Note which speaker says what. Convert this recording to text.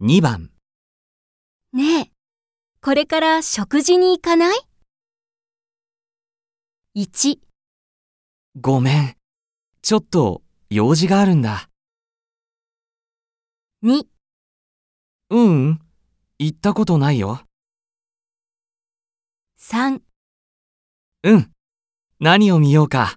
Speaker 1: 2番、
Speaker 2: ねえ、これから食事に行かない ?1、
Speaker 1: ごめん。ちょっと用事があるんだ。
Speaker 2: 2、
Speaker 1: ううん、行ったことないよ。
Speaker 2: 3
Speaker 1: うん。何を見ようか。